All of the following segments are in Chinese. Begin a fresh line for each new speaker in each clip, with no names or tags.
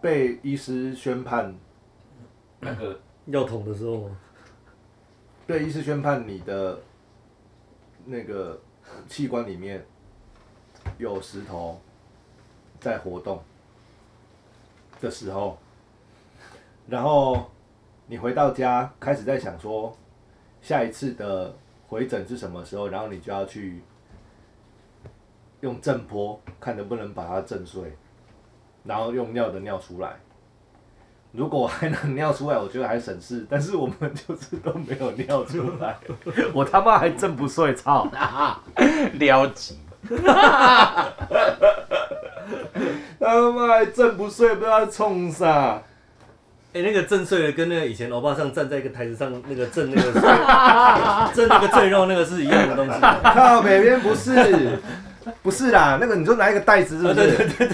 被医师宣判，
那个
药桶的时候吗？
被医师宣判你的那个器官里面有石头在活动的时候，然后你回到家开始在想说下一次的回诊是什么时候，然后你就要去用震波看能不能把它震碎，然后用尿的尿出来。如果我还能尿出来，我觉得还省事。但是我们就是都没有尿出来， 我他妈还震不碎，操！
撩级，
他妈还震不碎，不知道在冲啥。
哎、那个震碎的跟那个以前欧巴桑站在一个台子上那个震那个碎 震那个赘肉那个是一样的东西。
靠，北边不是， 不是啦，那个你就拿一个袋子是不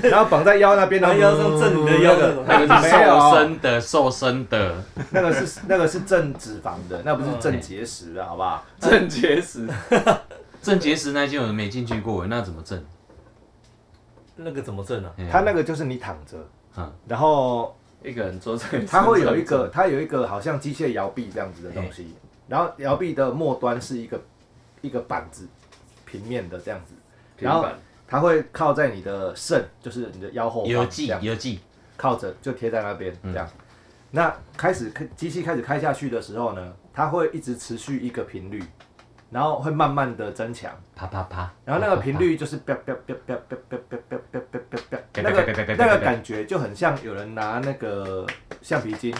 是？然后绑在腰那边，然后
拿腰上震你的腰那种
那个是
没有
瘦身的，瘦身的
那个是那个是震脂肪的，那不是震结石的，好不好？
正结石，正结石那间我没进去过，那怎么正？
那个怎么震啊？
哎呀
它那个就是你躺着，
嗯
然后
一个人坐 在，
它会有一个，它有一个好像机械摇臂这样子的东西，然后摇臂的末端是一个一个板子，平面的这样子，
平
然后
板，
它会靠在你的肾，就是你的腰后方
邮
这
寄
样
邮寄，
靠着就贴在那边这
嗯
样。那开始开机器开始开下去的时候呢，它会一直持续一个频率，然后会慢慢的增强，
啪啪啪，
然后那个频率就是啪啪啪啪啪啪啪啪啪啪啪啪，那个那个感觉就很像有人拿那个橡皮筋，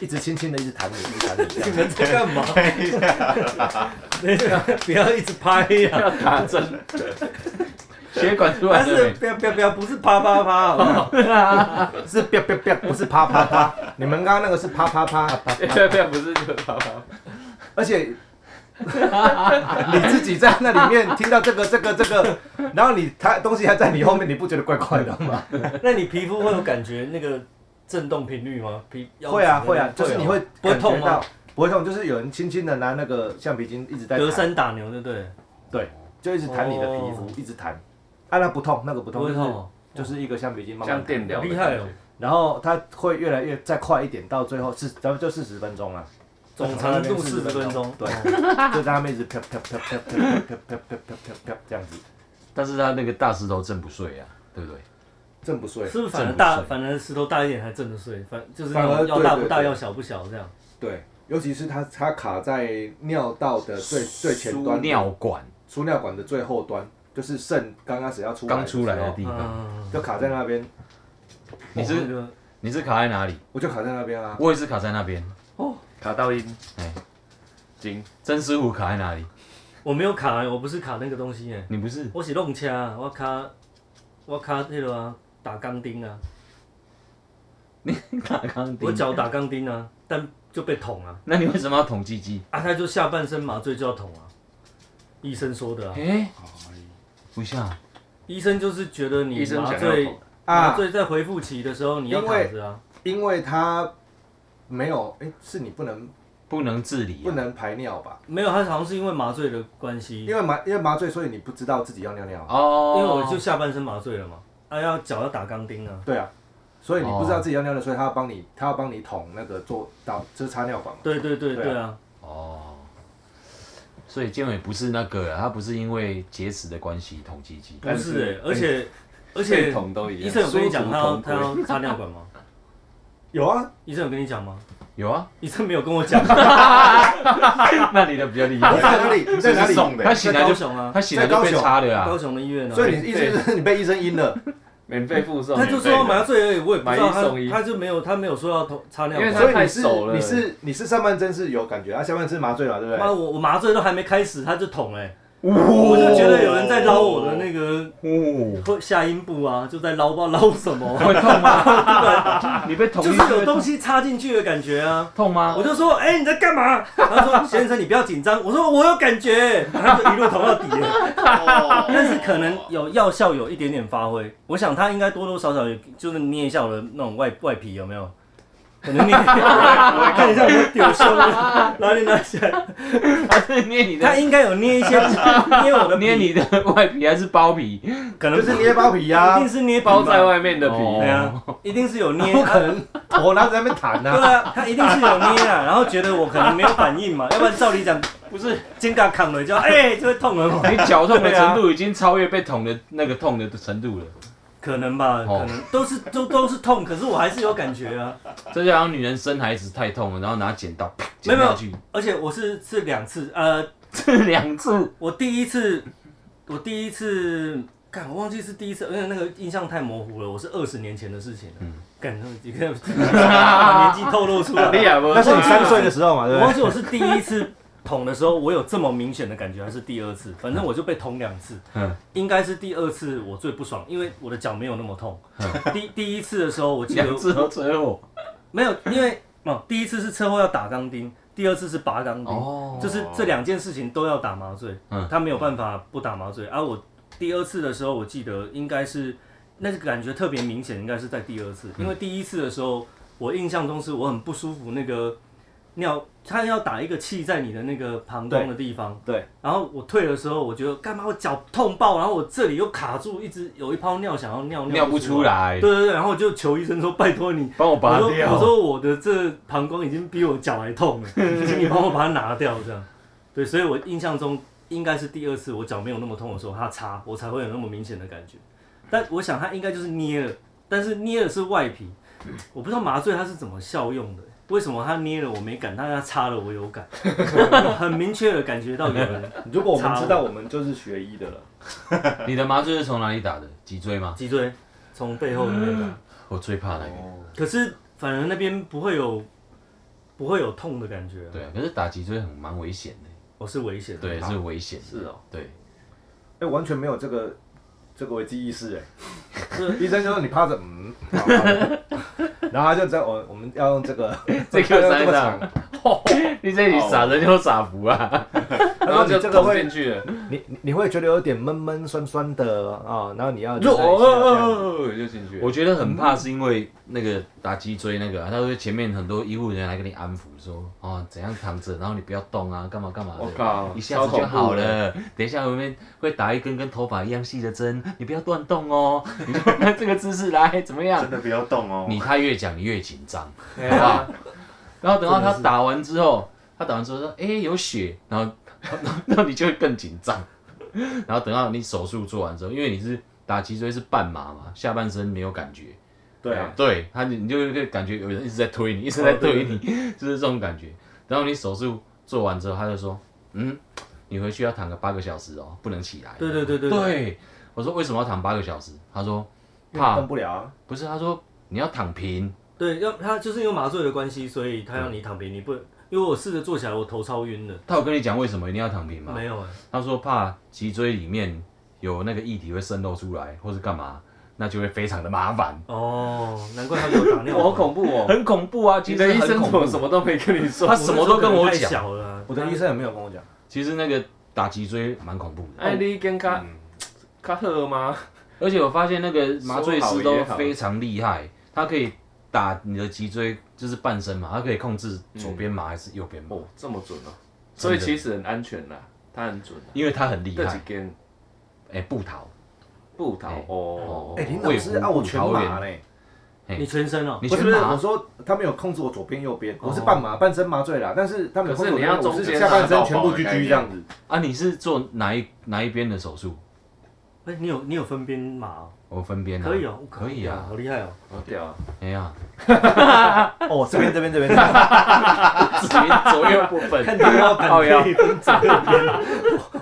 一直轻轻的一直弹你，一直 弹你这样
你。们在干嘛？等一下， 不要一直拍 呀、
要打针，血管出
但
来了
是
没？
不要不要不要，不是啪啪啪好不好，
是啪啪啪，不是啪啪啪。你们刚刚那个是啪啪啪，
对对，不是就是爸爸，
而且你自己在那里面听到这个这个这个，然后你他东西还在你后面，你不觉得怪怪的吗？
那你皮肤会有感觉那个震动频率吗？皮腰
会啊
子那边
会啊，就是你会
不会痛
感觉到
吗？？
不会痛，就是有人轻轻的拿那个橡皮筋一直在
隔
弹，
山打牛，对不对？
就一直弹你的皮肤
哦，
一直弹。啊，那不痛，那个不
不
痛，
会
就
痛
是
哦，
就是一个橡皮筋慢慢
像电疗，
好厉害哦！
然后它会越来越再快一点，到最后是咱们就四十分钟了，
总长度四十分钟。
对
哦，
就在那边一直飘飘飘飘飘飘飘飘飘飘飘飘这样子，
但是他那个大石头震不碎啊，对不对？
真不碎。
是不是反而
震不
大，
碎
反而石头大一点还震得碎，反就是
反
那
而
种要大
对
不
对
大，
对
要小不小这样。
对，尤其是它它卡在尿道的呃最最前端
输，尿管
输尿管的最后端，就是肾刚开始要出来
刚出来
的时
的
候
地方，
嗯，
就卡在那边，
你
哦那
是
个
你是卡在哪里？
我就卡在那边啊。
我也是卡在那边，
卡到音，
哎，
金，
真师傅卡在哪里？
我没有卡，我不是卡那个东西哎，
你不是
我是弄车，啊我卡我卡那个啊，打钢钉啊，
卡钢
我
钉？
脚打钢钉啊，但就被捅啊，
那你为什么要捅鸡鸡？
啊，他就下半身麻醉就要捅啊，医生说的啊，
哎，不像，
医生就是觉得你
医生
麻
想要
醉
捅，
麻
啊，
醉在恢复期的时候你要
因
躺
为
着啊，
因为它没有，哎、是你不能
不能治理
不
啊，
能排尿吧？
没有，他好像是因为麻醉的关系，因
因为麻因为麻醉，所以你不知道自己要尿尿啊。
哦，
为我就下半身麻醉了嘛，啊要脚要打钢钉啊，
对啊，所以你不知道自己要尿尿，所以他要帮你，他要帮你捅那个做到就是插尿管嘛。
对对对
对啊
对啊，
哦，所以健伟不是那个啊，他不是因为结石的关系捅鸡鸡，
不是哎、
但是
而且而
血
且
统都一样。
医生有跟你讲他
殊
要
途
他
同归
要插尿管吗？
有啊，
医生有跟你讲吗？
有啊，
医生没有跟我 讲，
那你的比较厉
你
害，
在 哪里？你在哪
这是送
里？
的
他醒
在
来
高
就
雄啊，
他醒来就被插的
高
啊，
雄的医院啊。
所以你意思 就是你被医生阴了？
免费附送，
他就说麻
免费
醉而已，我也不知道
买一送一
他他就没有他没有说要捅插尿
因为
管。
所以
太
你是
熟了
你是你是上半身是有感觉，啊，下半身麻醉嘛，对不
妈，
对？
我我麻醉都还没开始，他就捅哎、
我
我就觉得有人在捞我的那个
哦，
会下阴部啊，就在捞，不知道捞什么、啊
会痛吗？你被捅
就
一
是
次
有
会
东西插进去的感觉啊。
痛吗？
我就说，哎、你在干嘛？他说，先生，你不要紧张。我说，我有感觉，他就一路捅到底了。 但是可能有药效有一点点发挥，我想他应该多多少少也就是捏一下我的那种外外皮有没有？可能你看一下有没有丢胸，然后你拿起来，
他是捏你
他
的，
应该有捏一些捏我的皮
捏你，的外皮还是包皮？
可能
就是捏包皮
一
啊
定，是捏皮吧
包在，外面的皮，
哦
对啊，一定是有捏，
不可能头拿着在那边弹
对
呐。
啊，他一定是有捏啊，然后觉得我可能没有反应嘛，要不然照理讲
不是
肩胛扛了就哎、就会痛了嘛，
你绞痛的程度已经超越被捅的那个痛的程度了。
可能吧，
哦
可能都是都都是痛，可是我还是有感觉啊，
这就好像女人生孩子太痛了，然后拿剪刀啪
没
剪
有没有
下去，
而且我是是两次，呃，
这两次
我第一次，我第一次，干，我忘记是第一次，因为那个印象太模糊了，我是二十年前的事情了。嗯，干，那几个 把年纪透露出来
你
了。
也 不
那是你三岁的时候
啊
嘛，对
我
不
忘
对？
记我是第一次捅的时候，我有这么明显的感觉，还是第二次？反正我就被捅两次。
嗯
嗯，应该是第二次我最不爽，因为我的脚没有那么痛。第第一次的时候，我记得
嗯两次都车祸
没有，因为哦，第一次是车祸要打钢钉，第二次是拔钢钉。
哦
就是这两件事情都要打麻醉，
嗯
他没有办法不打麻醉。而、我第二次的时候，我记得应该是那个感觉特别明显，应该是在第二次，
嗯
因为第一次的时候，我印象中是我很不舒服，那个尿他要打一个气在你的那个膀胱的地方，
对，
然后我退的时候，我觉得干嘛我脚痛爆，然后我这里又卡住，一直有一泡尿想要尿
尿不出。来
对，对对，然后我就求医生说：“拜托你
帮我拔
我说我
掉。
说我的这膀胱已经比我脚还痛 了，请你帮我把它拿掉，这样。对，所以我印象中应该是第二次我脚没有那么痛的时候，它擦我才会有那么明显的感觉。但我想它应该就是捏了，但是捏的是外皮，我不知道麻醉它是怎么效用的。为什么它捏了我没感，但它擦了我有感， 我很明确的感觉到有人
如果我们知道，我们就是学医的了。
你的麻醉是从哪里打的？脊椎吗？
脊椎从背后里面打，
我最怕那个。
可是反而那边不会有不会有痛的感觉、
对啊，可是打脊椎很蛮危险的，
我、是危险的。
对，是危险。
是哦，
对，
哎，完全没有这个这个危机意识哎
是。
医生就说你趴着，嗯，好趴着 然后他就在我我们要用这个
这
要用
个
这
山
么
上
长，，
你这里傻人就傻福啊！
然
然
后
后
你
就
这个
捅
会
进去了，
你你你会觉得有点闷闷酸酸的啊、然后你要
就
忍耐一下这样
哦就进去了。
我觉得很怕是因为那个打脊椎那个啊，他说前面很多医护人员来给你安抚说，哦怎样躺着，然后你不要动啊，干嘛干嘛的。
我靠，
一下子就好了。等一下我们会打一根跟头发一样细的针，你不要乱动哦。你就按这个姿势来，怎么样
真？的不要动哦。
你他越讲你越紧张，
超恐怖的，对啊，
然后等到他打完之后，他打完之后说：“哎、有血。”然后 那你就会更紧张。然后等到你手术做完之后，因为你是打脊椎是半麻嘛，下半身没有感觉，
对啊，
对哦他你你就会感觉有人一直在推你，一直在推你， 就是这种感觉。然后你手术做完之后，他就说：“嗯，你回去要躺个八个小时哦，不能起来。”
对对对对
对。我说为什么要躺八个小时？他说怕
动不了啊。
不是，他说你要躺平，
对，要他就是因为麻醉的关系，所以他要你躺平，你不因为我试着坐起来，我头超晕的。
他有跟你讲为什么一定要躺平吗？
没有啊，
他说怕脊椎里面有那个液体会渗漏出来，或是干嘛，那就会非常的麻烦，
哦，难怪他给我打 尿。
我好恐怖哦。
很恐怖啊！
你
其
的
实
医生
很
怎
恐
么
怖，
什么都没跟你说
他？什么都跟我
那时候可能太
讲。
小了啊、
我的医生也没有跟我讲，
其实那个打脊椎蛮恐怖的，
哎，你跟他他喝吗？
而且我发现那个麻醉师
说好
都
也好
非常厉害，他可以打你的脊椎，就是半身嘛，他可以控制
嗯
左边麻还是右边麻，
哦，这么准哦，所以其实很安全啦，他很准啦。
因为他很厉
这几
害。
根
哎，不逃，
不逃
哎
哦，
哎、林
我
老
也
师
不
啊，我全
桃
麻
园
嘞，
哎
你全身哦、
你
不
全
是不是，
麻
我说他们有控制我左边右边，我是半麻、半身麻醉啦，但是他们有控制我
可是你要
我是
中间
下半身
拿到
全部
宝
居
的概
居
念
这样子，
啊？你是做哪一哪一边的手术？
哎、你有你有分边麻哦、
我分边啊
可以哦、我靠
可以啊，
好厉害哦、
好屌啊！
哎 呀，
哦，这边这边这 边，这边
左右部分，
看 你有没有
靠腰
感可以分左右边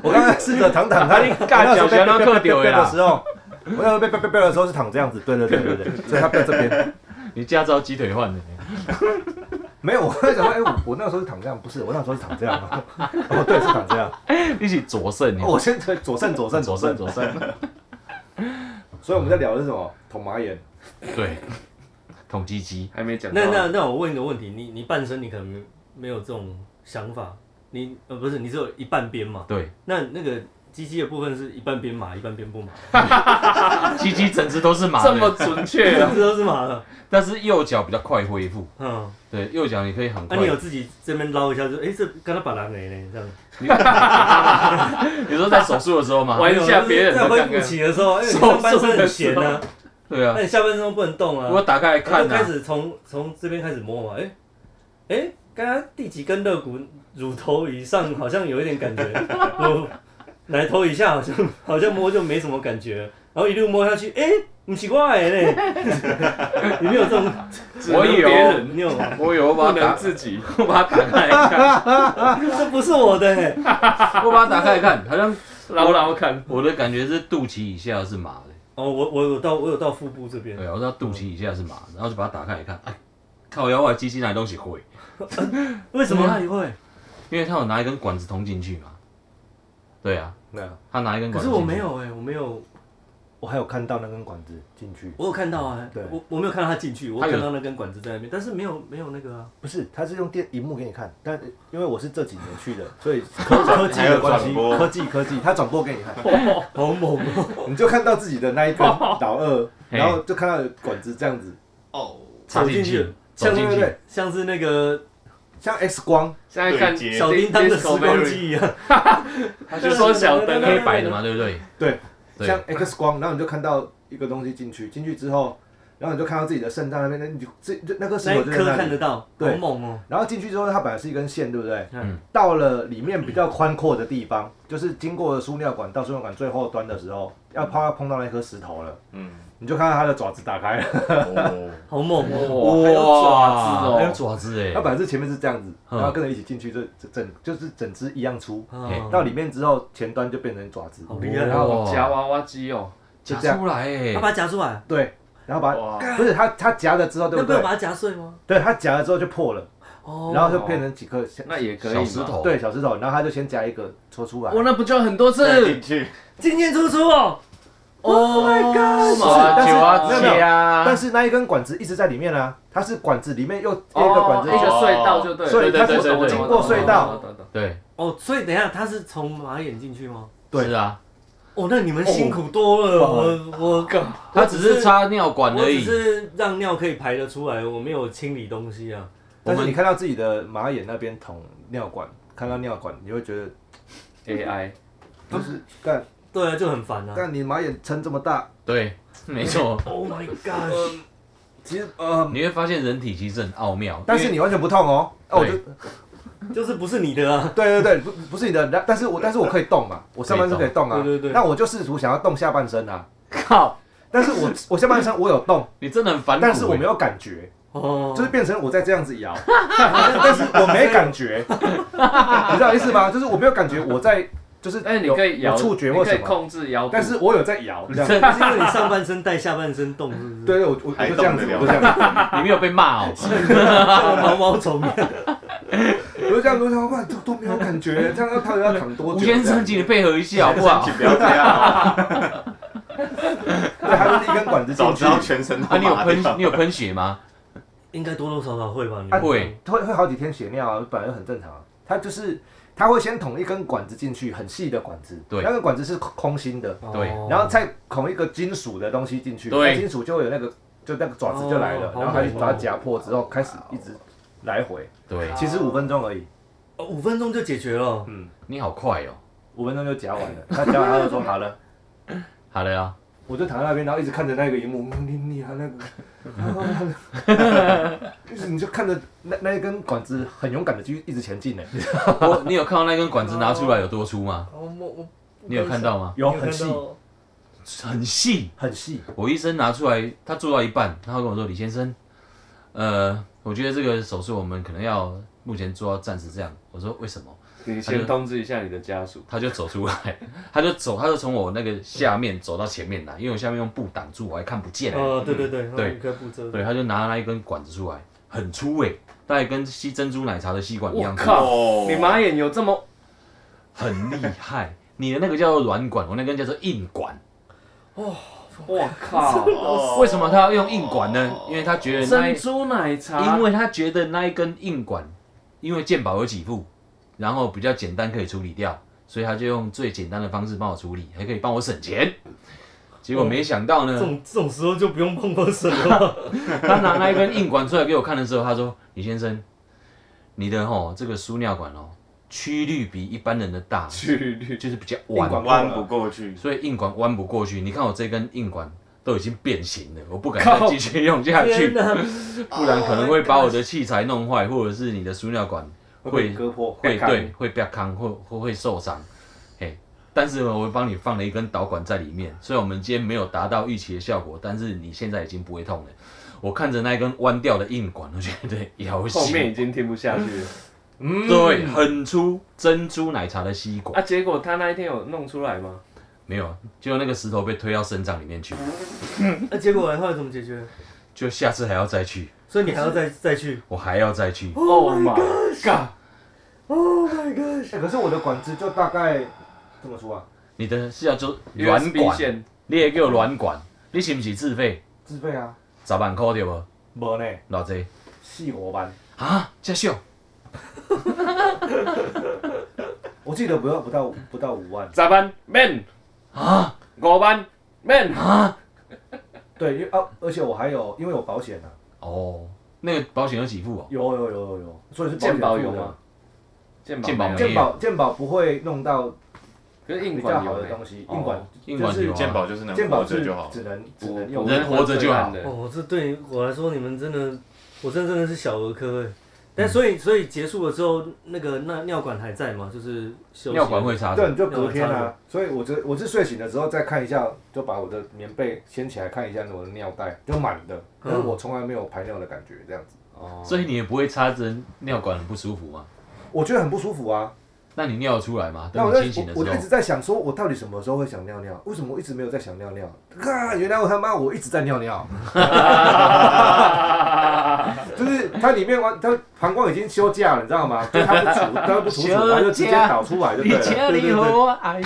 我刚刚试着躺躺，他
尬脚全都扣掉了
的
啦
时候，我那时候被被被被的时候是躺这样子，对对对对对，所以他不要这边，
你驾照鸡腿换的，
没有，我在想说，哎、我我那时候是躺这样，不是，我那时候是躺这样，哦，对，是躺这样，
一起左肾，欸
哦，我先左肾左肾
左肾左肾，
所以我们在聊的是什么？捅麻眼。
对，捅鸡鸡，
还没讲到
那那那我问一个问题，你你半身你可能没有这种想法，你呃不是你只有一半边嘛？
对，
那那个鸡鸡的部分是一半编码，一半编不码，
鸡鸡整只都是麻
这么
的，
准确啊
这！都是麻的。
但是右脚比较快恢复。
嗯，
对，右脚你可以很
那、
快。
你有自己这边捞一下，就哎、诶这跟他把狼嘞嘞这样，
有时候在手术的时候嘛，
玩一下别人
在
的
恢
看
复
看。
期的时候，哎、你上半身很闲啊，
对啊
那，你下半身都不能动啊。
我打开来
然后
看
就开
啊，
始从从这边开始摸嘛，哎、哎、刚刚第几根肋骨乳头以上好像有一点感觉， 乳奶头以下好像好像摸就没什么感觉，然后一路摸下去，哎、不奇怪嘞、 你没有这种，
只能
我有
别人，
你有吗？
我有我
不
把它
能
打，
自己。
我把它打开来看，
这不是我的、欸，
我把它打开来看，好像
牢牢看，
我的感觉是肚脐以下是麻的，
哦，我我有到我有到腹部这边，
对啊，我知道肚脐以下是麻的，然后就把它打开来看，哎，靠腰啊，鸡鸡哪里东西会？
为什么
嗯
那里啊会？
因为他有拿一根管子通进去嘛。对啊，
那
他拿一根
可
管
是
子。
我没。有哎、我没有，
我还有看到那根管子进去，
我有看到啊、
对
我我没有看到他进去，我
他
有
有
看到那根管子在那边，但是没有没有那个啊，
不是，他是用电荧幕给你看，但因为我是这几年去的，所以科科技的关
还
系，
有转播
科技科技，他转播给你看，
好猛哦、
你就看到自己的那一根导二，
嘿
然后就看到管子这样子，
哦，
插进
走进
去
去，
走
对
进
对
去，
对，
像是那个
像 X 光，
现在看
对接
小叮当的时光
Disco Mary，
机一样，
他
就
就是
说小灯
黑白的嘛，对不对？
对，
对
像 X 光，然后你就看到一个东西进去，进去之后，然后你就看到自己的肾脏那边，那你就这就那颗石
那一
头就在
颗
那
看得
里。
到，好
对
猛哦、
然后进去之后，它本来是一根线，对不对？
嗯
嗯，
到了里面比较宽阔的地方，就是经过了输尿管到输尿管最后端的时候，要怕碰到那颗石头了，
嗯，
你就看到它的爪子打开了。
哦，
好猛哦、
哇，还有爪子
还有
哦，
爪子
它
哎，
本来是前面是这样子，
嗯
然后跟着一起进去，这这整就是整只一样粗。
哎
啊
到里面之后，前端就变成爪子，
好厉害哦
然后
哇
夹娃娃机哦，
就这
夹
样
出来
他
哎，
把它夹出来，
对，然后把
哇
它不是它它夹了之后，对
那
不
不要
对？
把它夹碎吗？
对，它夹了之后就破了，
哦，
然后就变成几颗小
那也可以嘛
小石头，
对小石头，然后它就先夹一个戳出来
哇，。那不就很多
再
次
进？去，
进进出出哦、
Oh my god！
是但是
九啊
没有没
七
有
啊，
但
是
是那一根管子一直在里面啊，它是管子里面又又一个管子
一
一
个
个
隧道就对了，
所以它
对
是
对对对
经过隧道
懂懂懂懂
对，
哦，所以等一下他是从马眼进去吗？
对
是啊，
哦，那你们辛苦多了，
哦
我我
懂
他只是插尿管
我
而
只
已。
是让尿可以排得出来，我没有清理东西啊。
但是
我们
你看到自己的马眼那边捅尿管，看到尿管，你会觉得
AI
就是干
对啊，就很烦啊。
干你马眼撑这么大，
对， 没错，
Oh my god！
其实呃，
你会发现人体其实很奥妙，
但是你完全不痛哦。哦，我就
对
就是不是你的啊？
对对对，不不是你的，但是我但是我可以动嘛，我上半身可以动啊。
对对对
那我就试图想要动下半身啊，
靠，
但是我我下半身我有动，
你真的很反骨欸。
啊但是我没有感觉，
哦，
就是变成我在这样子摇，但是我没感觉，你知道意思吗？就是我没有感觉我在就是，
但是你可以
有
摇
触觉
你
或
可
什
以
么，
控制摇，
但是我有在摇，这样。
真
是因为你上半身带下半身动，是不是？
对对，我我我
还
就这样子，
动得
我就
了
这样子，
你没有被骂哦，
像我毛毛虫一样。
我就这样子，我想哇都都没有感觉，这样要到底要躺多久？
吴先生，请你配合一下好不好？
请不要这样，
对，还是一根管子
早
进
知
去，
道全身都
啊，你有
麻
喷
掉
你。有喷血吗？
应该多多少少会吧？你
啊
会，
会会好几天血尿啊，本来就很正常啊。他就是他会先捅一根管子进去，很细的管子，
对
那个管子是空空心的，
对
哦
然后再捅一个金属的东西进去，
对
那金属就会有那个就那个爪子就来了
哦，
然后他就把它
哦
夹破之后开始一直来回，
对，
其实五分钟而已，
哦五分钟就解决了。
嗯，
你好快哦。
五分钟就夹完了。他夹完他就说好了。
好了 啊，
我就躺在那边，然后一直看着那个荧幕，嗯你你还那个，就是你就看着那那一根管子很勇敢的继续一直前进呢，
我你有看到那根管子拿出来有多粗吗？
我我我，
你有看到吗？
有很细
很细。
很细，
我医生拿出来，他做到一半，他跟我说：“李先生，呃，我觉得这个手术我们可能要目前做到暂时这样。”我说：“为什么
你先通知一下你的家属？”。
他就走出来， 他就走，他就从我那个下面走到前面来，因为我下面用布挡住，我还看不见、
哦，对对对，
嗯对
一颗布遮。
对，他就拿那一根管子出来，很粗诶、大概跟吸珍珠奶茶的吸管一
我
样粗，
靠
哦，
你马眼有这么
很厉害。你的那个叫做软管，我那根叫做硬管。
我靠，
哦
为什么他要用硬管呢？因为他觉得那一
珍珠奶茶，
因为他觉得那一根硬管，因为健保有几副，然后比较简单可以处理掉，所以他就用最简单的方式帮我处理，还可以帮我省钱。结果没想到
这
呢，
种这种时候就不用碰我手 了。
他拿那一根硬管出来给我看的时候，他说：“李先生，你的吼这个输尿管哦，曲率比一般人的大，
曲率
就是比较
硬
弯
管，
弯不过去，
所以硬管弯不过去。你看我这根硬管都已经变形了，我不敢再继续用下去
天，哪！
不然可能会把我的器材弄坏，或者是你的输尿管
会被割破。
会
会扛
对会被康或或会受伤，嘿，但是我帮你放了一根导管在里面，虽然我们今天没有达到预期的效果，但是你现在已经不会痛了。我看着那一根弯掉的硬管，我觉得 要
后面
死。
已经听不下去了。
嗯，
对，很粗珍珠奶茶的吸管，
啊，结果他那一天有弄出来吗？
没有，就那个石头被推到肾脏里面去，
那啊结果后来怎么解决？
就下次还要再去，
所以你还要再再去
我还要再去。
哦妈，god！
？Oh my god！
哎可是我的管子就大概怎么说啊？
你的是要 做软
USB
管，
线
你也叫软管，你是不是自费？
自费啊？
十万块对无？
没呢，
偌济？
四五万。
啊，这少？
我记得不要不到不到五万。
十万 man
啊
五万 man，
啊！
对，因为啊，而且我还有，因为有保险啊，
哦，那个保险有几付哦？
有有有有有，所以是
健保
险
有
付的
吗？？健
健保
没
没
有，
健保健保不会弄到
可是硬
比较
管
好
有
的
呢
东西，
哦
硬管
硬管
就是
有啊
健保就是能
健
活
保
着
是
就好。
只能只
不
能用
人活着就好
不能
哦，这对我来说，你们真的，我真的真的是小儿科哎。但所以所以结束了之后，那个那尿管还在吗？就是休息
尿管会。插
对，
着，
你就隔天
有差
啊。所以我这我是睡醒的时候再看一下，就把我的棉被掀起来看一下我的尿袋，就满的。可
嗯
是我从来没有排尿的感觉，这样子，
哦，
所以你也不会插针，尿管很不舒服吗？
我觉得很不舒服啊。
那你尿得出来吗？
那
等
我
你
在
清醒的
我我
时
就一直
候，
在想，说我到底什么时候会想尿尿？为什么我一直没有在想尿尿？啊，原来我他妈我一直在尿 尿，就是它里面完，它膀胱已经休假了，你知道吗？就它不处，它不处处，它就直接导出来就对了，
千里和
哦
我爱，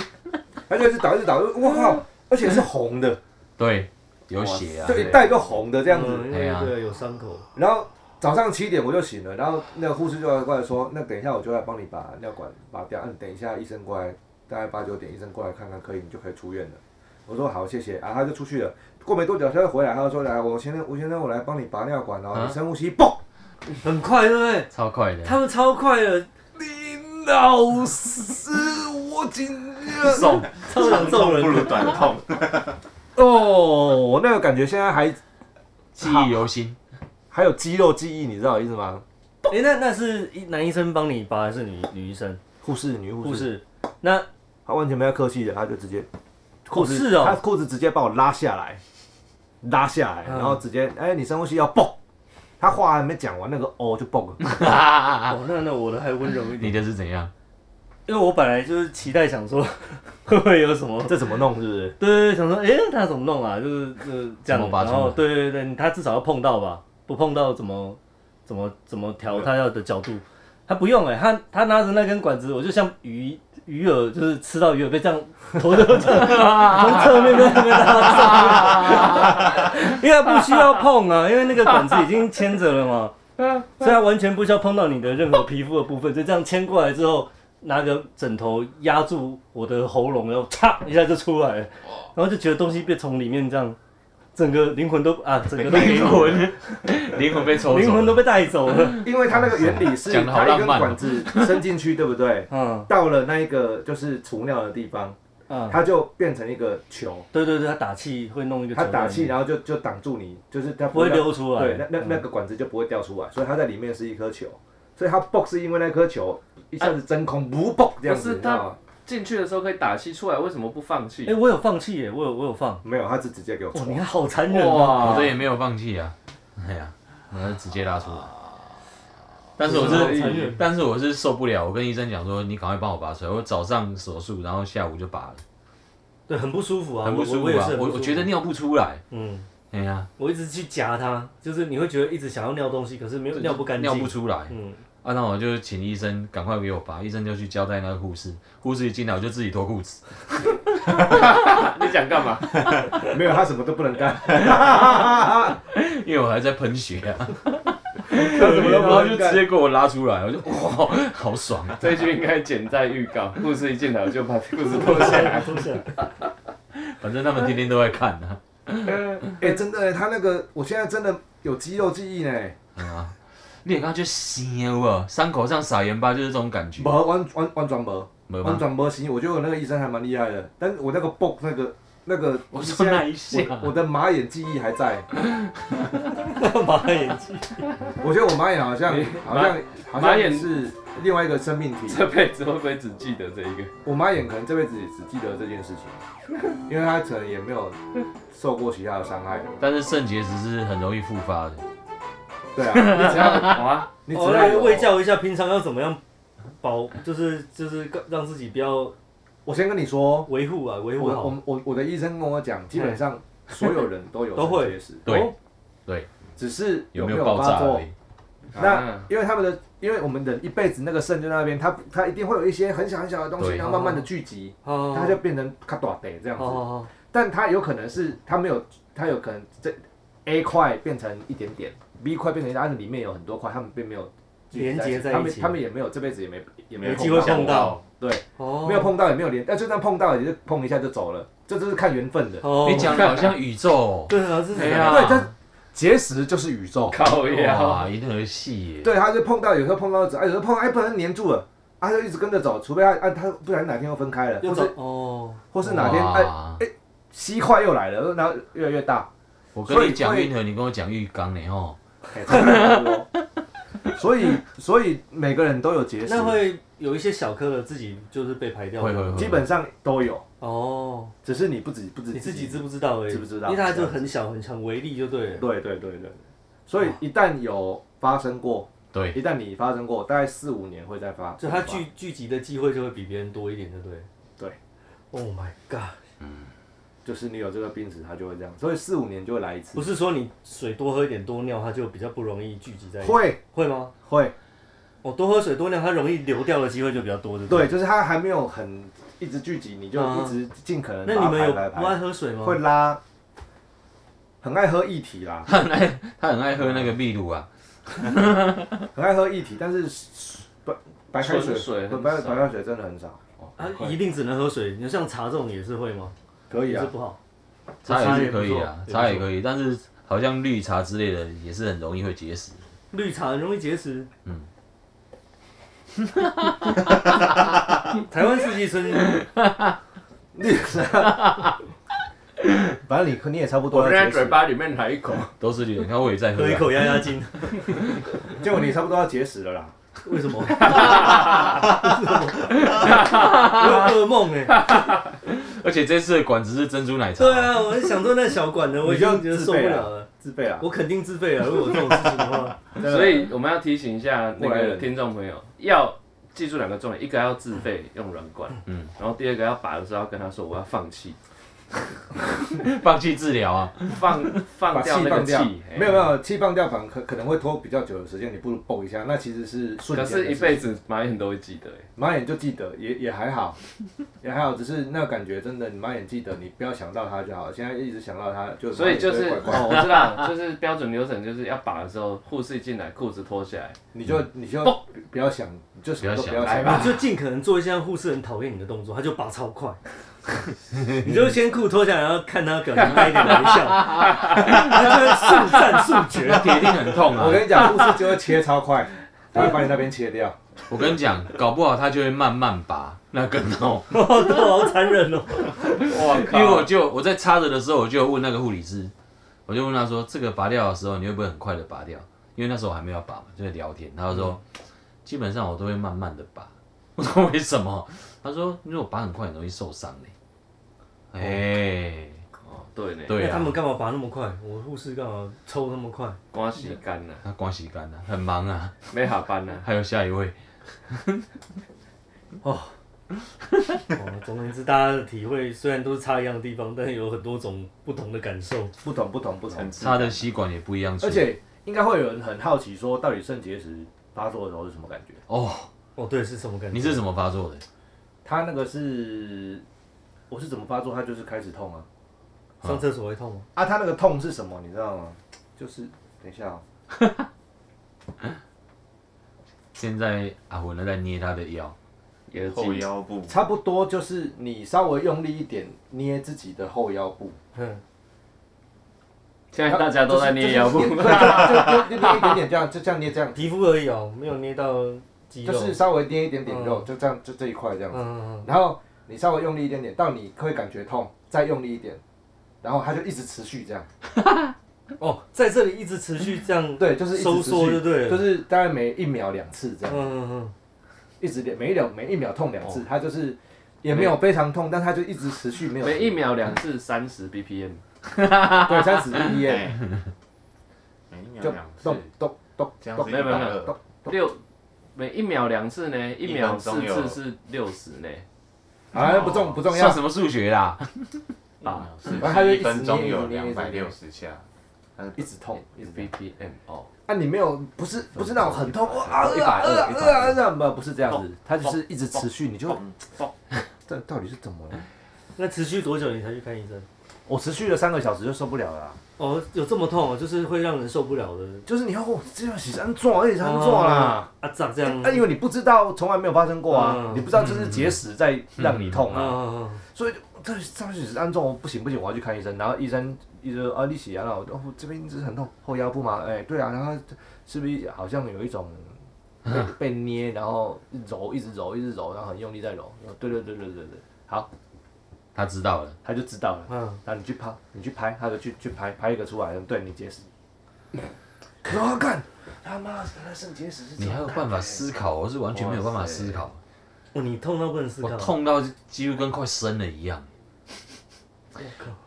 它就一直导一直导，我
嗯
靠！而且是红的，
对，有血啊
就，一袋一个红的这
这
样子，
哦
因
哎
为
呀
对有伤口。
然后早上七点我就醒了，然后那个护士就过来说，那等一下我就来帮你把尿管拔掉，嗯、你等一下医生过来，大概八九点医生过来看看可以，你就可以出院了。我说好，谢谢啊，他就出去了。过没多久他就回来，他就说来，我先生，吴先生，我来帮你拔尿管哦，
啊
你深呼吸，嘣，
很快，对不对？
超快的，
他们超快的，
你老师，我今天
送
超想揍
不
人。
如短痛。
哦，那个感觉现在还
记忆犹新，
还有肌肉记忆，你知道我意思吗？
哎、那那是一男医生帮你拔还是女女医生？
护士，女护
护
士，
士。那
她完全没有客气的，她就直接裤子，
是哦
他裤子直接把我拉下来，拉下来，
嗯
然后直接，哎、你深呼吸要蹦，他话还没讲完，那个哦就蹦 了，
哦，那那我的还温柔一点，
你的是怎样？
因为我本来就是期待想说 会不会有什么。
这怎么弄是不是？
对对对，想说，哎、他怎么弄啊？就是就是这
怎么
样，
拔
然
出
后
来
对对对，他至少要碰到吧，不碰到怎么怎么怎么调他要的角度？他不用哎、他他拿着那根管子，我就像鱼鱼饵，就是吃到鱼饵被这样 头就这样从侧面被被拉上面，因为他不需要碰啊，因为那个管子已经牵着了 嘛，所以他完全不需要碰到你的任何皮肤的部分，就这样牵过来之后。拿个枕头压住我的喉咙，然后嚓一下就出来了，然后就觉得东西被从里面这样，整个灵魂都啊，整个都
灵魂，灵魂 被抽走，
灵魂都被带走了。
因为它那个原理是，
讲得好
它一根
浪漫哦
管子伸进去，对不对？
嗯
到了那一个就是储尿的地方，
嗯，
它就变成一个球，
对对对，他打气会弄一个，
它打气，，然后就就挡住你，就是它
不会
让
流出来。嗯
对，那那那个管子就不会掉出来，所以它在里面是一颗球，所以它蹦是因为那颗球一下子真
啊
空，不蹦这样子，
可是
你知道吗？
进去的时候可以打气，出来为什么不放
哎、
气？
我有放气耶，我有我有放。
没有，它是直接给我
哇，
戳
你看好残忍哦！
我的也没有放弃啊，哎呀，我就直接拉出来。但是我
好残
是
忍，
但是我是受不了。我跟医生讲说，你赶快帮我拔出来。我早上手术，然后下午就拔了，
对，很不舒服啊，
很不舒
我我
服
也是
啊
很。不
我
舒服
我觉得，尿不出来。
嗯，
哎呀，
我一直去夹它，就是你会觉得一直想要尿东西，可是没有尿不干净，
尿不出来。
嗯，
啊，那我就请医生赶快给我拔。医生就去交代那个护士，护士一进来我就自己脱裤子。
你想干嘛？
没有，他什么都不能干。
因为我还在喷血啊。
他什么都
然
不
后
会
就
哎干
直接给我拉出来，我就哇，好爽啊！
这一句应该剪在预告，故事一进来我就把故事脱下来。
脱下来，
反正他们天天都在看啊，
哎、真的、欸，他那个，我现在真的有肌肉记忆呢、
嗯啊，你刚刚就腥了，伤口上撒盐巴就是这种感觉
无，，完完完全无，
没
完
吗？
全无行。我觉得我那个医生还蛮厉害的，但是我那个 book 那个那个，
我说
现在
那一下啊
我我的马眼记忆还在。
马眼睛，
我觉得我马眼好像
你
好像好像
马眼
是另外一个生命体。
这辈子会不会只记得这一个？
我马眼可能这辈子也只记得这件事情，因为他可能也没有受过其他的伤害。
但是肾结石是很容易复发的，
对啊，
你只要哇，
你只要
我来
有
喂教一下，平常要怎么样保，就是就是让自己不要
我先跟你说，
维护啊，维护
我
好。
我我我的医生跟我讲，基本上所有人都有
都会
肾结石，
对
哦
对，
只是
有没
没有
有爆炸
发作
而已？
那
啊
因为他们的，因为我们人一辈子那个肾就在那边，它它一定会有一些很小很小的东西，
对
然后慢慢的聚集，
好，
它就变成卡短的这样
好
子。
好好，
但它有可能是它没有，它有可能这 A 块变成一点点，B 块变成一点，但是里面有很多块，它们并没有聚集
连接在
他
一
们
起
他们也没有这辈子也没也没
有
有
机会
碰
碰到，
对，
哦
没有碰到也没有连，那就算碰到也是碰一下就走了，这就是看缘分的。
哦
你讲的好像 宇宙哦，
对啊，这是
哎
对，
呀
但，结石就是宇宙，
靠腰，
哇，一定很细耶，
啊对，他就碰到，有时候碰到走，啊，有时候碰到，哎，不然粘住了，啊，他就一直跟着走，除非他，啊，他不然哪天又分开了，
要
或
走
是
哦，
或是哪天，哎，
哇
吸块又来了，然后越来越大，
我跟你
所
讲
以
运河，你跟我讲浴缸呢哦，
哎差很多所以，所以每个人都有结石，
那会有一些小颗的自己就是被排掉的，
会会会，
基本上都有，
哦，
只是你不知不知
你自己知不知道而已，
知不知道
因为它就很小很强，微粒就对了。
对对对对，所以一旦有发生过，
对，
一旦你发生过，大概四五年会再发，
就它聚聚集的机会就会比别人多一点，对不对？
对。
Oh my god！
就是你有这个病史，它就会这样，所以四五年就会来一次
不，是说你水多喝一点多尿，它就比较不容易聚集在一起，
会
会吗？
会。
我、多喝水多尿，它容易流掉的机会就比较多，对不
对，？就是它还没有很一直聚集，你就
啊
一直尽可能
那
把它
你们有
排排
不爱
排，
喝水吗？
会拉，很爱喝液体 啦，
他很爱他很爱喝那个秘 鲁啊，
很爱喝液体，但是白白开水，
纯水很
白
少
白开水真的很少，
啊，一定只能喝水。你像茶这种也是会吗？
可以
也
啊
是，不好。
茶也是可以
茶也
啊
不，错
茶也可以，但是好像绿茶之类的也是很容易会结石。
绿茶很容易结石。
嗯。
台湾四季春，
反正你你也差不多
我
要
在
结
嘴
石，
巴里面含一口，
都是 绿的，你看我也在喝、
喝一
啊。
口压压惊。
结果你差不多要结石了啦，
为什么？为什么？ 我有噩梦哎！
而且这次的管子是珍珠奶茶，
对啊，我是想说那小管的，我已经
你
觉得
就
受
自
不
备啊
了了。
自备啊，
我肯定自费啊，如果有这种事情的话，
啊
所以我们要提醒一下那
过来
个
人
听众朋友，要记住两个重点，一个要自费用软管，
嗯
嗯，然后第二个要拔的时候要跟他说我要放气，
放弃治疗啊，
放放
把
掉
气
那个
放
气
掉，，
嘿
没有没。有气放掉，反而可可能会拖比较久的时间，你不如蹦一下，那其实是瞬
可
间的事
是，
情，
一辈子马眼都会记得欸
马眼就记得，也也还好， 也还好，只是那感觉真的，你马眼记得，你不要想到它就好。现在一直想到它，就
所以就是
马眼会怪怪
哦，我知道，就是标准流程，就是要拔的时候，护士一进来，裤子脱下来，
你就你就
不
不要想，你就什么都不
不要
要
想
想。
来吧
你就尽可能做一些让护士很讨厌你的动作，他就拔超 快。你就先裤脱下来，然后看他表情带一点微笑，他就会速战速决。
铁定很 痛啊
我！跟你讲，护士就会切超快，就会把你那边切掉。
我跟你讲，搞不好它就会慢慢拔，那更痛。
哦，都好残忍哦！
我
因为我就我在插着的时候，我就问那个护理师，我就问他说，这个拔掉的时候，你会不会很快的拔掉？因为那时候我还没有拔嘛，就在聊天。他就说，
嗯
基本上我都会慢慢的拔。 我说为什么？他说，因为我拔很快，很容易受伤嘞。哎、
哦，对呢，
对
那他
啊
们，干嘛拔那么快？我护士干嘛抽那么快？
刮洗干了，
他光洗干了，很忙啊。
没下班了。
还有下一位，
哦，总而言之，大家的体会虽然都是差一样的地方，但是有很多种不同的感受。
不同不同不同。
他的吸管也不一样粗。
啊而且应该会有人很好奇，说到底肾结石发作的时候是什么感觉？
哦，
哦，对，是什么感觉？
你是怎么发作的？
他那个是我是怎么发作？他就是开始痛啊
上厕所会痛吗？
啊！他那个痛是什么？你知道吗？就是等一下、哦，
现在阿文呢在捏他的腰，
也是
后
进
腰部，
差不多就是你稍微用力一点捏自己的后腰部，
嗯，
现在大家都在捏腰部
就是，就是对，就就就捏一点点这样，就这样捏这样，
皮肤而已哦，没有捏到肌肉，
就是稍微捏一点点肉，就这样，就这一块这样
嗯。嗯
然后你稍微用力一点点，到你会感觉痛，再用力一点，然后它就一直持续这样。
嗯，哦，在这里一直持续这样，
对，就是一直
收
持
缩
续
就对了
就是大概每一秒两次这
嗯
样，
嗯
一直两每一秒每一秒痛两次，它就是也没有非常
哦
痛，但它就一直持 续没有
每一秒两次三十 BPM，
对三十 BPM
哎，每一秒
就
哎两次
咚，咚咚
这样
咚
子
没有没有没有
120
咚，
六每一秒两次呢，一秒四
一分钟有
次是六十呢，
啊不重不重要
算，什么数学啦？
啊
一秒
然后它就一直
四十一分钟
捏
有
一直
两
捏
百
一直捏
六十下，
一直痛一直痛。
BPM 哦，
啊，你没有不是不是那种很痛哇啊
一百
啊
二
啊
一百
啊
二
啊那么不是这样子，它就是一直持续，你就
咚
这到底是怎么了？
嗯，那持续多久你才去看医生？
我持续了三个小时就受不了了啊，
哦，有这么痛哦，就是会让人受不了的，
就是你要哦，这要洗三抓，而且三抓啦。
啊，长这样，
啊，因为你不知道，从来没有发生过啊，
嗯
你不知道这是结石在让你痛啊，
啊，
所以就这上去只是按重，不行不行，我要去看医生。然后医生医生说啊，你血压了，我就哦这边一直很痛，后腰部嘛，哎、对啊，然后是不是好像有一种被被捏，然后揉一直揉一直揉，然后很用力在揉，哦对对对对对对，好，
他知道了，
他就知道了。
嗯，
然后你去拍，你去拍，他就去去拍，拍一个出来，对你结石。然后干，他妈的，那肾结石是怎
你
么
还有
大
办
的
法
欸
思考，我是完全没有办法思考，
哦，你痛到不能思
我
考，
痛到几乎跟快生了一样。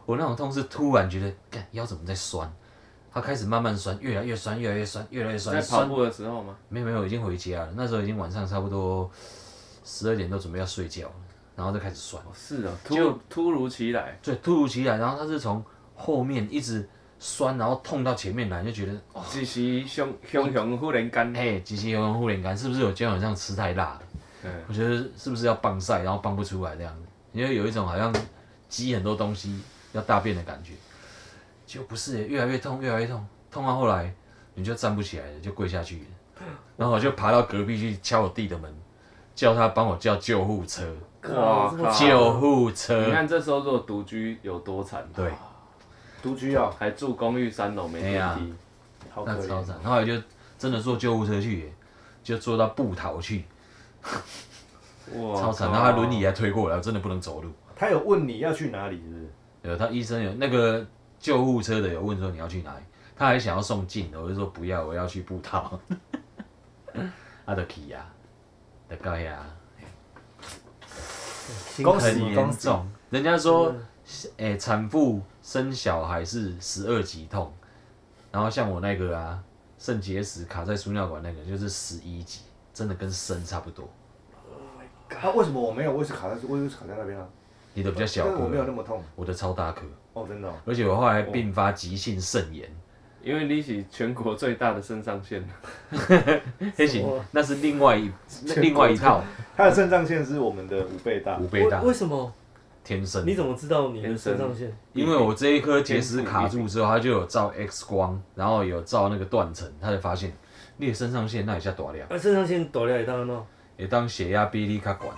我那种痛是突然觉得，干腰怎么在酸？它开始慢慢酸，越来越酸，越来越酸，越来越
在
酸，
跑
酸
步的时候吗？
没有没有，已经回家了。那时候已经晚上差不多十二点多，准备要睡觉了，然后就开始酸。
哦，是哦，
就
突突如其来，
对，突如其来，然后它是从后面一直酸，然后痛到前面来，你就觉得，
只是胸胸胸忽然间，
哎、极其有人护脸干，是不是我今天晚上吃太辣了？
嗯，
我觉得是不是要棒晒，然后棒不出来这样子，因为有一种好像积很多东西要大便的感觉，结果不是欸耶，越来越痛，越来越痛，痛到后来你就站不起来了，就跪下去了，然后我就爬到隔壁去敲我弟的门，叫他帮我叫救护车，
哇
哦
这么
靠
救护
你
车，
看这时候如果独居有多惨，啊
对，啊
独居哦，
还住公寓三楼没
哎
电
呀
梯，
好可
那超
怜。
惨，后来就真的坐救护车去耶，欸就坐到布桃去，
哦
哇
超惨，
靠
然后他轮椅还推过来，我真的不能走路。
他有问你要去哪里，是不是？
有他医生有那个救护车的有问说你要去哪里，他还想要送进的，我就说不要，我要去布 套。阿德基呀，德高呀，
心
恭喜
啊很严重。人家说，
嗯
诶、产妇生小孩是十二级痛，然后像我那个啊，肾结石卡在输尿管那个就是十一级，真的跟生差不多。
啊，为什么我没有？我也是卡在，我也是卡在那边啊。
你的比较小
但是哦我没有那
颗，
么痛。
我的超大颗，
哦，真的、哦。
而且我后来并发急性肾炎。
因为你是全国最大的肾上 腺，
黑行
什么，
那是另外一那另外一套
他的肾上腺是我们的五倍大
五。倍大
为，为什么？
天生
你。怎么知道你的肾上腺？
因为我这一颗结石卡住之后，他就有照 X 光，然后有照那个断层，他才发现你的肾上腺那一下大了，
啊，肾上腺抖了也当然咯，
也当血压比例较管，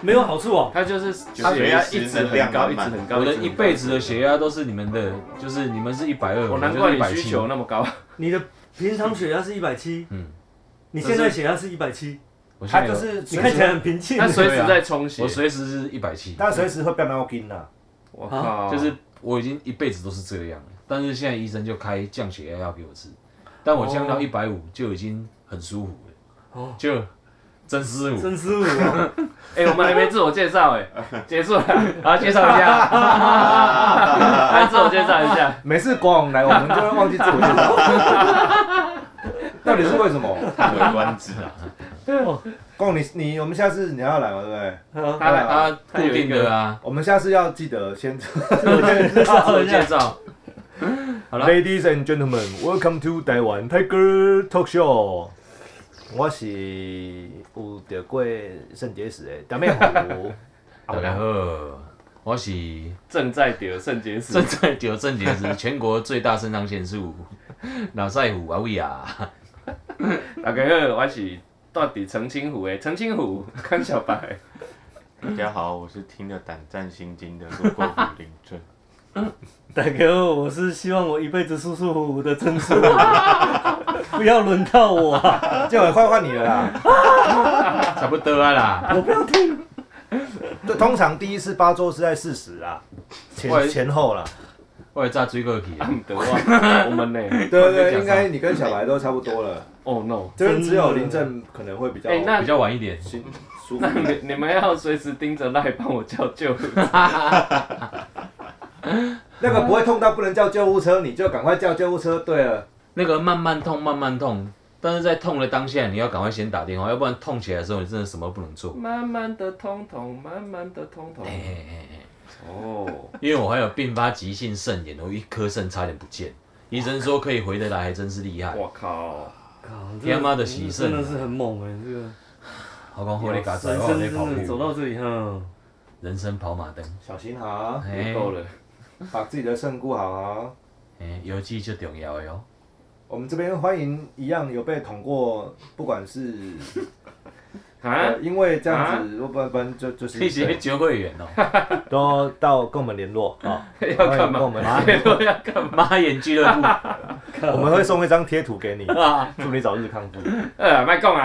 没有好处哦。
它就是
它
血压一直很高，一直很高，
我的
直很
一
高
辈子的血压都是你们的，就是你们是一百二，
哦，
我
难怪
一
你
百
需
七，
求那么高，
你的平常血压是一百七，
嗯
你现在血压是一百七，
我现
他
在
就
有
是
你
随
看起
时，
来很平静
它。随时在充
啊
血
我。随时是一百七，
他随时会变猫筋呐。
我靠，
啊就是我已经一辈子都是这样了，但是现在医生就开降血压药给我吃，但我降到
哦
一百五就已经很舒服了，
哦
就真舒服。
真舒服哦，
哎，我们还没自我介绍哎，结束了，
好，介绍一下，
来自我介绍一下，
每次国王来，我们就会忘记自我介绍。到底是为什么？
叹为观止啊！
国王，你你我们下次你要来嘛，对不对？
啊
他来，
啊，固定的啊，
我们下次要记得先。
自我介绍。好了
Ladies and gentlemen, welcome to 台湾 Tiger Talk Show。我是有得过肾结石的大妹虎。
大家好，我 是
正在得肾结石
正，在丢正结石，全国最大肾上腺素哪在乎啊喂啊？
大家好，我是到底澄清湖诶，澄清湖看小白，
大家好，我是听了胆战心惊的路过武林镇。
大哥，我是希望我一辈子舒舒服服的曾叔，不要轮到我啊！
建伟快换你了啦。
差不多啊啦，
我不要听。
就通常第一次八周是在四十啦，前
喂
前后啦。
我会炸追过去啊。
安德万，我们呢？
对对对，应该你跟小白都差不多了，
哦 no，
这边只有林正可能会比较
哎那
比较晚一点，
心舒服
那。你你们要随时盯着赖帮我叫救护车。
那个不会痛到不能叫救护车，你就赶快叫救护车。对了，
那个慢慢痛，慢慢痛，但是在痛的当下，你要赶快先打电话，要不然痛起来的时候，你真的什么都不能做。
慢慢的通通，慢慢的通通
哎、。哎哎
哦，
因为我还有并发急性肾炎，我一颗肾差点不见，医生说可以回得来，还真是厉害。
我靠，
靠这
天妈的喜盛
真的是很猛哎、这个
好光后来嘎仔，
人
我在
生
跑
真的走
步，
到这里嗯哈，
人生跑马灯，
小心啊，
哎、
也够了。
把自己的肾顾好啊。
哎、有记就重要的哦 哟、
我们这边欢迎一样有被捅过，不管是、
啊
呃，因为这样子，要不然不然就就是
这些酒会员哦、
都到跟我们联络啊，
要干嘛
跟我们
妈
联络，
妈眼俱乐部。
我们会送一张贴图给你，祝你早日康复。
呃，麦讲啊。